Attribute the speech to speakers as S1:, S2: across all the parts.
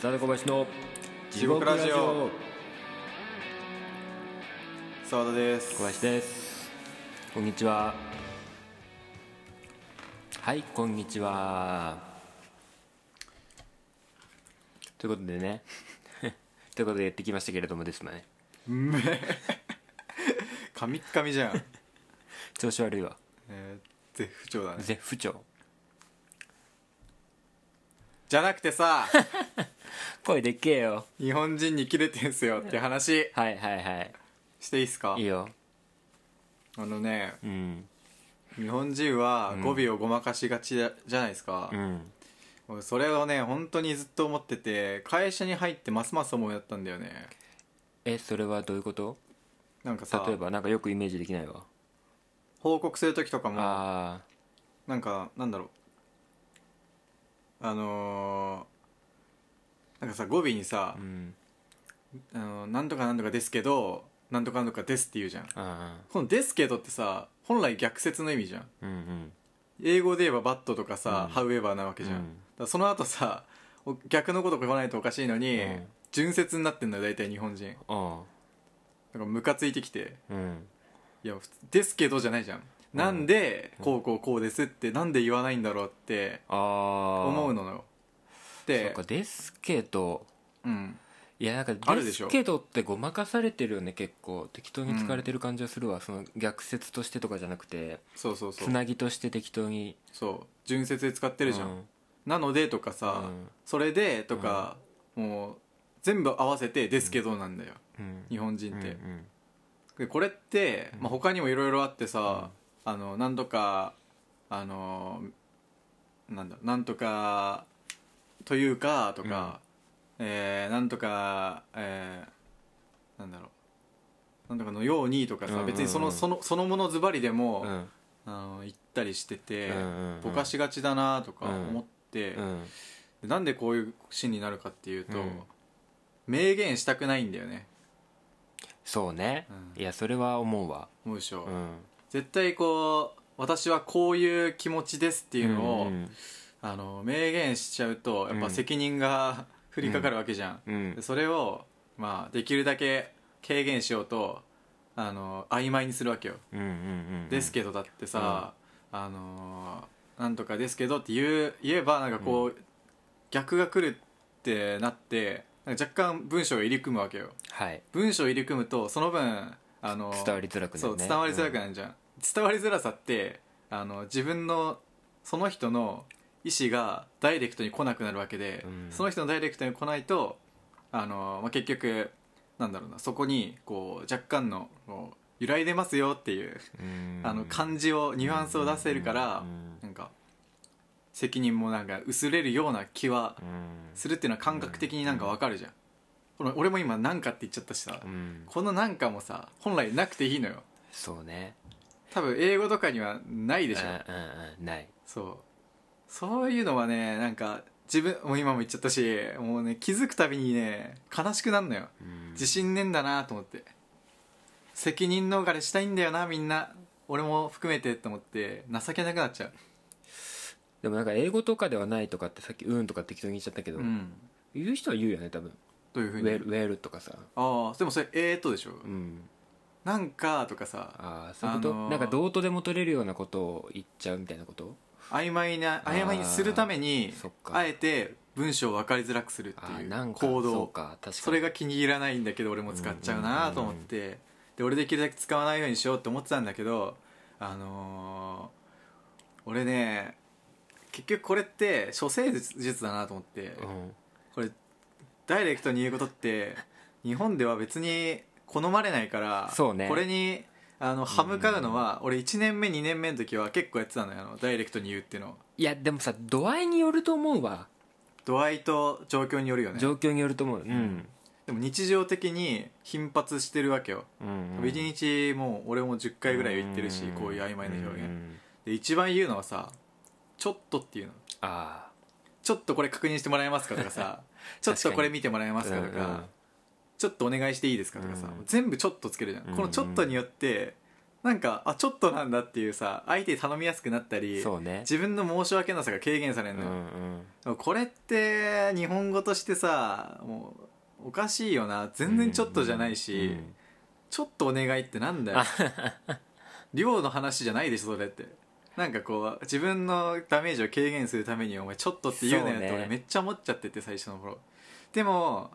S1: ザネコバシの
S2: 地獄ラジオ澤田です
S1: 小林ですこんにちははいこんにちはということでね ということでやってきましたけれどもですね
S2: カミッカミじゃ ん、
S1: 調子悪いわ
S2: えー、絶不調だね
S1: 絶不調
S2: じゃなく てさ
S1: 声でっけえよ
S2: 日本人にキレてんすよって話
S1: はいはいはい
S2: していいっすか
S1: いいよ
S2: あのね
S1: うん
S2: 日本人は語尾をごまかしがちだじゃないですか
S1: う、ん
S2: 俺それをね本当にずっと思ってて会社に入ってますます思うやったんだよね
S1: えそれはどういうこと
S2: なんかさ
S1: 例えばなんかよくイメージできないわ
S2: 報告する時とかも
S1: あ
S2: なんかなんだろうあのー、なんかさ語尾にさ、
S1: あうん
S2: あのなんとかなんとかですけどなんとかなんとかですって言うじゃん
S1: あ
S2: この「ですけど」ってさ本来逆説の意味じゃん
S1: あうんうん
S2: 英語で言えば「バット」とかさ「
S1: うん
S2: ハウエバー」なわけじゃん、
S1: うん
S2: だからその後さお逆のこと言わないとおかしいのに、
S1: うん
S2: 純説になってんのよ大体日本人だか
S1: あ
S2: らムカついてきて
S1: あうん
S2: 「いや普通ですけど」じゃないじゃん、なんでこうこうこうですってなんで言わないんだろうって
S1: ああ
S2: 思うのよ
S1: そ
S2: で
S1: っかですけど
S2: うん
S1: いやなんか
S2: ある
S1: で
S2: でし
S1: す
S2: ょ
S1: けどってごまかされてるよね結構適当に使われてる感じはするわ、その逆説としてとかじゃなくて
S2: そうそうそ
S1: つ
S2: う
S1: なぎとして適当に
S2: そう純説で使ってるじゃん、
S1: うん
S2: なのでとかさ、
S1: うん
S2: それでとか、もう全部合わせてですけどなんだよ、
S1: うん
S2: 日本人って、
S1: うんうん
S2: でこれって、まあ、他にもいろいろあってさ、あのなんとかあのなんだなんとかというかとか、えーなんとか、えーなんだろうなんとかのようにとかさ、
S1: うんうんうん
S2: 別にそのそのそのものズバリでも、
S1: うん
S2: あの言ったりしてて、
S1: うんうんうん
S2: ぼかしがちだなとか思っ
S1: う
S2: て、
S1: ん
S2: でなんでこういうシーンになるかっていうと、
S1: うん
S2: 明言したくないんだよね
S1: そうね、
S2: う
S1: いやそれは思うわ
S2: 思うでしょ、
S1: うん
S2: 絶対こう私はこういう気持ちですっていうのを、
S1: うん
S2: あの明言しちゃうとやっ
S1: う
S2: ぱ
S1: ん
S2: 責任が降りかかるわけじゃん、
S1: うんうん
S2: でそれを、まあ、できるだけ軽減しようとあの曖昧にするわけよ、
S1: うんうんうんうん
S2: ですけどだってさ、あのーなんとかですけどって言う言えばなんかこう、逆が来るってなってなんか若干文章が入り組むわけよ
S1: はい
S2: 文章を入り組むとその分あの
S1: 伝わりづらくなるね
S2: そう伝わりづらくなるじゃん、伝わりづらさってあの自分のその人の意思がダイレクトに来なくなるわけで、
S1: うん
S2: その人のダイレクトに来ないとあの、まあ、結局なんだろうなそこにこう若干のこう揺らいでますよっていう
S1: うん
S2: あの漢字をニュアンスを出せるから
S1: うん
S2: なんか責任もなんか薄れるような気は
S1: うん
S2: するっていうのは感覚的になんかわかるじゃんこの俺も今「なんか」って言っちゃったしさ
S1: うん
S2: この「なんか」もさ本来なくていいのよ
S1: そうね
S2: 多分英語とかにはないでしょ
S1: うんうんうんない
S2: そうそういうのはねなんか自分もう今も言っちゃったしもうね気づくたびにね悲しくなるのよ
S1: うん
S2: 自信ねえんだなと思って責任逃れしたいんだよなみんな俺も含めてと思って情けなくなっちゃう
S1: でもなんか英語とかではないとかってさっき「うん」とか適当に言っちゃったけど、
S2: うん
S1: 言う人は言うよね多分
S2: どういう
S1: ウ
S2: ふう
S1: ェ
S2: に
S1: ルウェルとかさ
S2: ああでもそれえーっとでしょ
S1: うん
S2: なんかとかさ
S1: ああそういうこと、
S2: あのー
S1: なんかどうとでも取れるようなことを言っちゃうみたいなこと
S2: 曖昧な曖昧にするために
S1: あーそっか
S2: あえて文章を分かりづらくするって
S1: ああ
S2: い
S1: な
S2: うん
S1: か
S2: 行
S1: そ
S2: 動
S1: うか確かに
S2: それが気に入らないんだけど俺も使っちゃうなと思ってで俺できるだけ使わないようにしようって思ってたんだけどあのー俺ね結局これって処世術だなと思って
S1: うん
S2: これダイレクトに言うことって日本では別に好まれないから
S1: そうね
S2: これにあの歯向かうのは、俺1年目2年目の時は結構やってたのよあのダイレクトに言うっていうの
S1: いやでもさ度合いによると思うわ
S2: 度合いと状況によるよね
S1: 状況によると思ううん、
S2: でも日常的に頻発してるわけよ
S1: うん
S2: 一日もう俺も10回ぐらいは言ってるし、
S1: うん
S2: こういう曖昧な表現、
S1: うん
S2: で一番言うのはさ「ちょっと」っていうの
S1: あ
S2: 「ちょっとこれ確認してもらえますか」と かさ「ちょっとこれ見てもらえ
S1: あ
S2: ますか」とか「ちょっとお願いしていいですか」とかさ、
S1: うん
S2: 全部「ちょっと」つけるじゃん、
S1: うん
S2: この「ちょっと」によってなんかあちょっとなんだっていうさ相手に頼みやすくなったり
S1: そうね
S2: 自分の申し訳なさが軽減され
S1: う
S2: る
S1: ん
S2: の
S1: う
S2: よ、
S1: ん
S2: でもこれって日本語としてさもうおかしいよな全然ちょっとじゃないし、
S1: うん
S2: ちょっとお願いってな んだよ量の話じゃないでしょそれってなんかこう自分のダメージを軽減するためにお前ちょっとって言うなよっ
S1: そ
S2: て
S1: うね
S2: 俺めっちゃ思っちゃってて最初の頃でも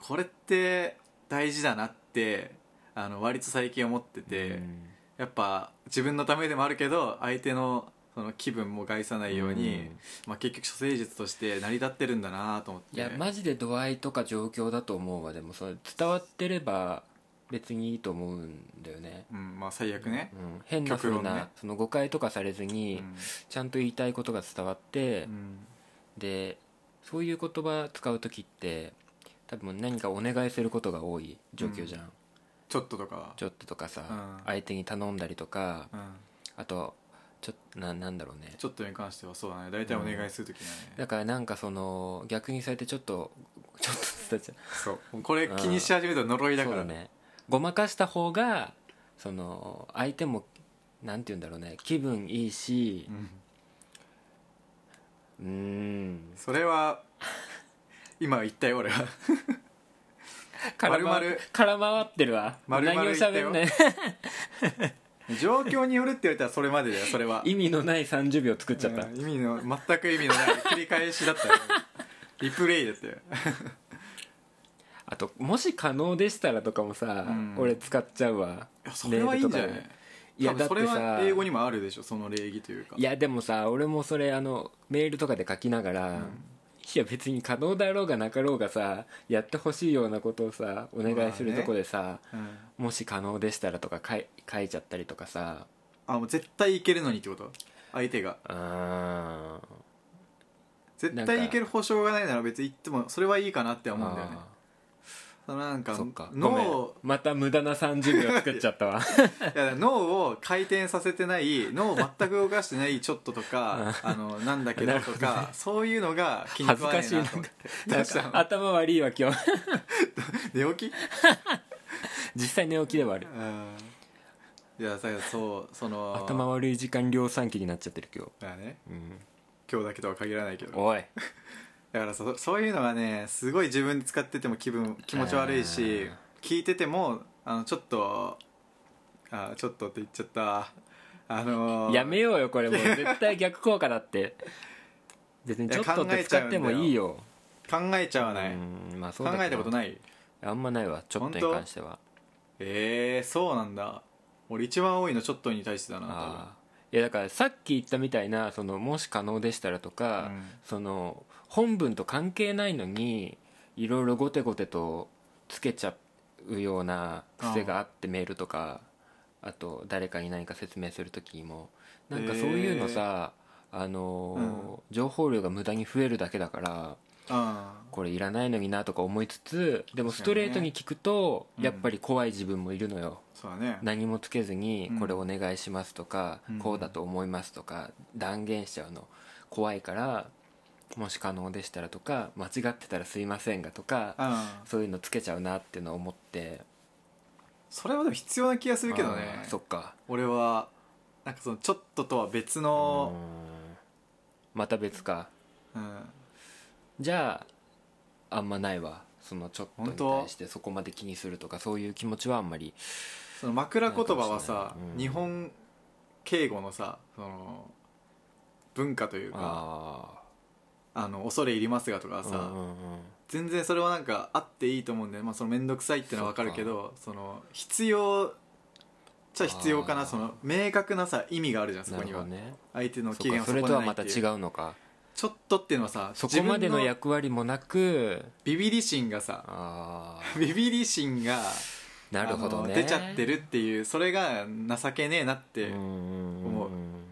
S2: これって大事だなってあの割と最近思ってて、
S1: うん
S2: やっぱ自分のためでもあるけど相手のその気分も害さないように、
S1: うん
S2: まあ、結局処世術として成り立ってるんだなと思って
S1: いやマジで度合いとか状況だと思うわでもそれ伝わってれば別にいいと思うんだよね、
S2: うんまあ最悪ね、
S1: うん、変なふ
S2: 極
S1: う
S2: 論
S1: な、
S2: ね
S1: その誤解とかされず
S2: う
S1: に、
S2: ん
S1: ちゃんと言いたいことが伝わって、
S2: うん
S1: でそういう言葉使う時って多分何かお願いすることが多い状況じゃん、
S2: ちょっととか
S1: ちょっととかさ、
S2: うん
S1: 相手に頼んだりとか
S2: うん、
S1: あとちょっとななんだろうね
S2: ちょっとに関してはそうだね大体お願いするときにはね、
S1: だからなんかその逆にされてちょっとちょっと伝っちゃう
S2: そうこれ気にし始めたら呪いだ
S1: そ
S2: か
S1: う
S2: ら
S1: だねごまかした方がその相手もなんて言うんだろうね気分いいし
S2: うん
S1: うーん
S2: それは今言ったよ俺は
S1: 空
S2: 丸々
S1: 回空回ってるわ
S2: 丸々
S1: 何を
S2: 言った
S1: 喋
S2: よ
S1: んない
S2: 状況によるって言われたらそれまでだよそれは
S1: 意味のない30秒作っちゃった、
S2: うん意味の全く意味のない繰り返しだ ったよリプレイだったよ
S1: あともし可能でしたらとかもさ、
S2: うん
S1: 俺使っちゃうわ
S2: いやそれはいいんじ
S1: メ
S2: ゃ
S1: ー
S2: な
S1: ルとか
S2: い
S1: でいや
S2: 多
S1: だっ
S2: 分それ
S1: てさ
S2: は英語にもあるでしょその礼儀というか
S1: いやでもさ俺もそれあのメールとかで書きながら、いや別に可能だろうがなかろうがさやってほしいようなことをさお願いするとこでさ、
S2: うん
S1: もし可能でしたらとか書い書いちゃったりとかさ
S2: あもう絶対いけるのにってこと相手が
S1: うーん
S2: 絶
S1: なんか
S2: 対いける保証がないなら別に言ってもそれはいいかなって思うんだよね
S1: あ
S2: そのな
S1: ー
S2: んか
S1: そっかごめん
S2: 脳
S1: また無駄な30秒作っちゃったわ
S2: いや脳を回転させてない脳を全く動かしてないちょっととかあのなんだ けどとかそういうのが 気に
S1: 恥
S2: 食
S1: ず
S2: わ
S1: か
S2: ね
S1: しい
S2: え
S1: な
S2: なん
S1: か
S2: と思ってど
S1: な
S2: うんした
S1: か
S2: の
S1: 頭悪いわ今 日
S2: 寝起き
S1: 実際寝起きではある
S2: うんいやだからそうその
S1: 頭悪い時間量産期になっちゃってる今
S2: だからね
S1: 日、うん、
S2: 今日だけとは限らないけど
S1: おい
S2: だからそそういうのはねすごい自分で使ってても気分気持ち悪いし聞いててもあのちょっとあちょっとって言っちゃったあのー
S1: やめようよこれもう絶対逆効果だって 別にちょっとっ
S2: いや考
S1: て
S2: えちゃ
S1: 使
S2: う
S1: っ
S2: ん
S1: て
S2: だよ
S1: もいいよ
S2: 考えちゃわ
S1: う
S2: ない、
S1: んまあそう
S2: 考
S1: だけ
S2: えたこと
S1: い
S2: ない
S1: あんまないわちょっとに関しては
S2: えー、そうなんだ俺一番多いのちょっとに対してだな
S1: ああいやだからさっき言ったみたいなそのもし可能でしたらと
S2: 多
S1: か、
S2: 分、
S1: その本文と関係ないのにいろいろゴテゴテとつけちゃうような癖があってメールとかあと誰かに何か説明する時にもなんかそういうのさ、あのー情報量が無駄に増えるだけだから
S2: うんあ
S1: これいらないのになとか思いつつでもストレートに聞くと
S2: うん
S1: やっぱり怖い自分もいるのよ。
S2: そうだね
S1: 何もつけずに
S2: う
S1: 「
S2: ん
S1: これお願いします」とか、
S2: うん
S1: こうだと思います」とか断言しちゃうの怖いからもし可能でしたらとか間違ってたらすいませんがとか
S2: うん
S1: そういうのつけちゃうなっていうのは思って
S2: それはでも必要な気がするけどね
S1: あーそっか
S2: 俺はなんかそのちょっととは別の、
S1: うんまた別か
S2: うん、
S1: じゃああんまないわそのちょっとに
S2: 本当
S1: 対してそこまで気にするとかそういう気持ちはあんまり
S2: その枕言葉はさ、
S1: うん
S2: 日本敬語のさその文化というか
S1: あ
S2: あの恐れ入りますがとか
S1: あ
S2: さ、
S1: うんうんうん
S2: 全然それはなんかあっていいと思うんだよ、まあ、その面倒くさいってのは分かるけどその必要じゃ必要か
S1: あ
S2: な
S1: ー
S2: その明確なさ意味があるじゃんそ
S1: な
S2: こ
S1: る
S2: に
S1: ほど
S2: は、
S1: ね
S2: 相手の
S1: そ
S2: 機
S1: っ
S2: 嫌
S1: か
S2: を
S1: そ
S2: 損
S1: れ
S2: な
S1: と
S2: な
S1: はいま
S2: って
S1: た
S2: いう
S1: 違うのか
S2: ちょっとっていうのはさ
S1: そこまでの
S2: 自分
S1: 役割もなく
S2: ビビリ心がさ
S1: ああ
S2: ビビリ心が
S1: なるほど
S2: あ
S1: ね
S2: の出ちゃってるっていうそれが情けねえなって、
S1: うんうんうん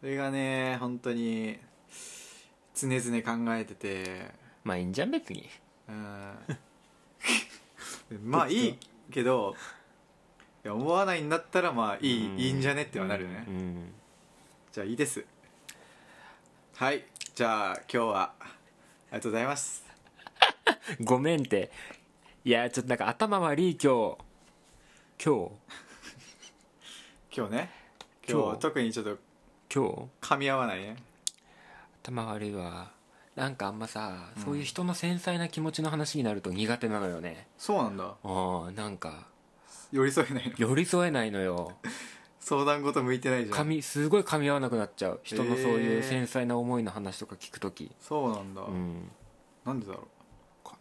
S2: それがね本当に常々考えてて
S1: まあいいんじゃん別に
S2: うん まあいいけどいや思わないんだったらまあいい,、、
S1: うんん
S2: いいんじゃねってはなるよね、
S1: うん
S2: じゃあいいですはいじゃあ今日はありがとうございます
S1: ごめんっていやちょっとなんか頭悪い今日今日
S2: 今日ね
S1: 今日
S2: 今日特にちょっと
S1: 今日
S2: 噛み合わないね
S1: 頭悪いわなんかあんまさ、そういう人の繊細な気持ちの話になると苦手なのよね
S2: そうなんだ
S1: あなんか
S2: 寄り添えないの
S1: 寄り添えないのよ
S2: 相談事向いてないじゃ
S1: 噛
S2: ん
S1: みすごい噛み合わなくなっちゃう人のそうい
S2: えー
S1: う繊細な思いの話とか聞くとき、
S2: そうなんだ、
S1: うん
S2: なんでだろう
S1: わか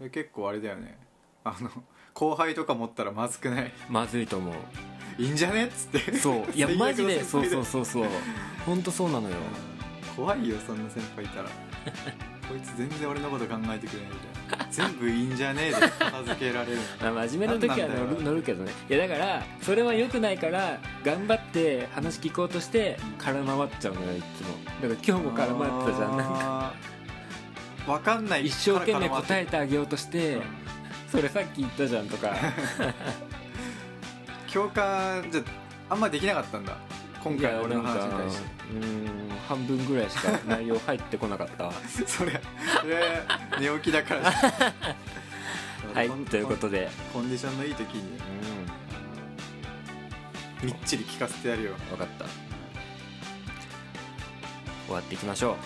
S2: え結構あれだよねあの後輩とか持ったらまずくない
S1: まずいと思
S2: いいんじゃねっつって
S1: うそういや
S2: 最悪の
S1: マジで
S2: 先
S1: そう
S2: 輩だ
S1: そうそうそう本当そうなのよ
S2: 怖いよそんな先輩いたらこいつ全然俺のこと考えてくれないじゃん全部いいんじゃねえで片付けられる
S1: ま あ真面目な時は
S2: なんな
S1: 乗
S2: んだよ
S1: る乗るけどねいやだからそれは良くないから頑張って話聞こうとして空回っちゃうのよいつもだから今日も空回ってたじゃんなんか
S2: か分かんな い
S1: 一生懸命答え
S2: て
S1: てあげようとしてそれさっき言ったじゃんと か
S2: 共感じゃあんまできなかったんだ今
S1: い
S2: 回
S1: や
S2: の俺
S1: な
S2: の
S1: んか
S2: 話に対し
S1: うん半分ぐらいしか内容入ってこなかった わ
S2: て それそれ寝起きだから
S1: はい
S2: コン
S1: ということで
S2: コンディションのいい時に
S1: う
S2: みっちり聞かせてやるよ
S1: ん分かった終わっていきましょ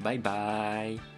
S1: うバイバイ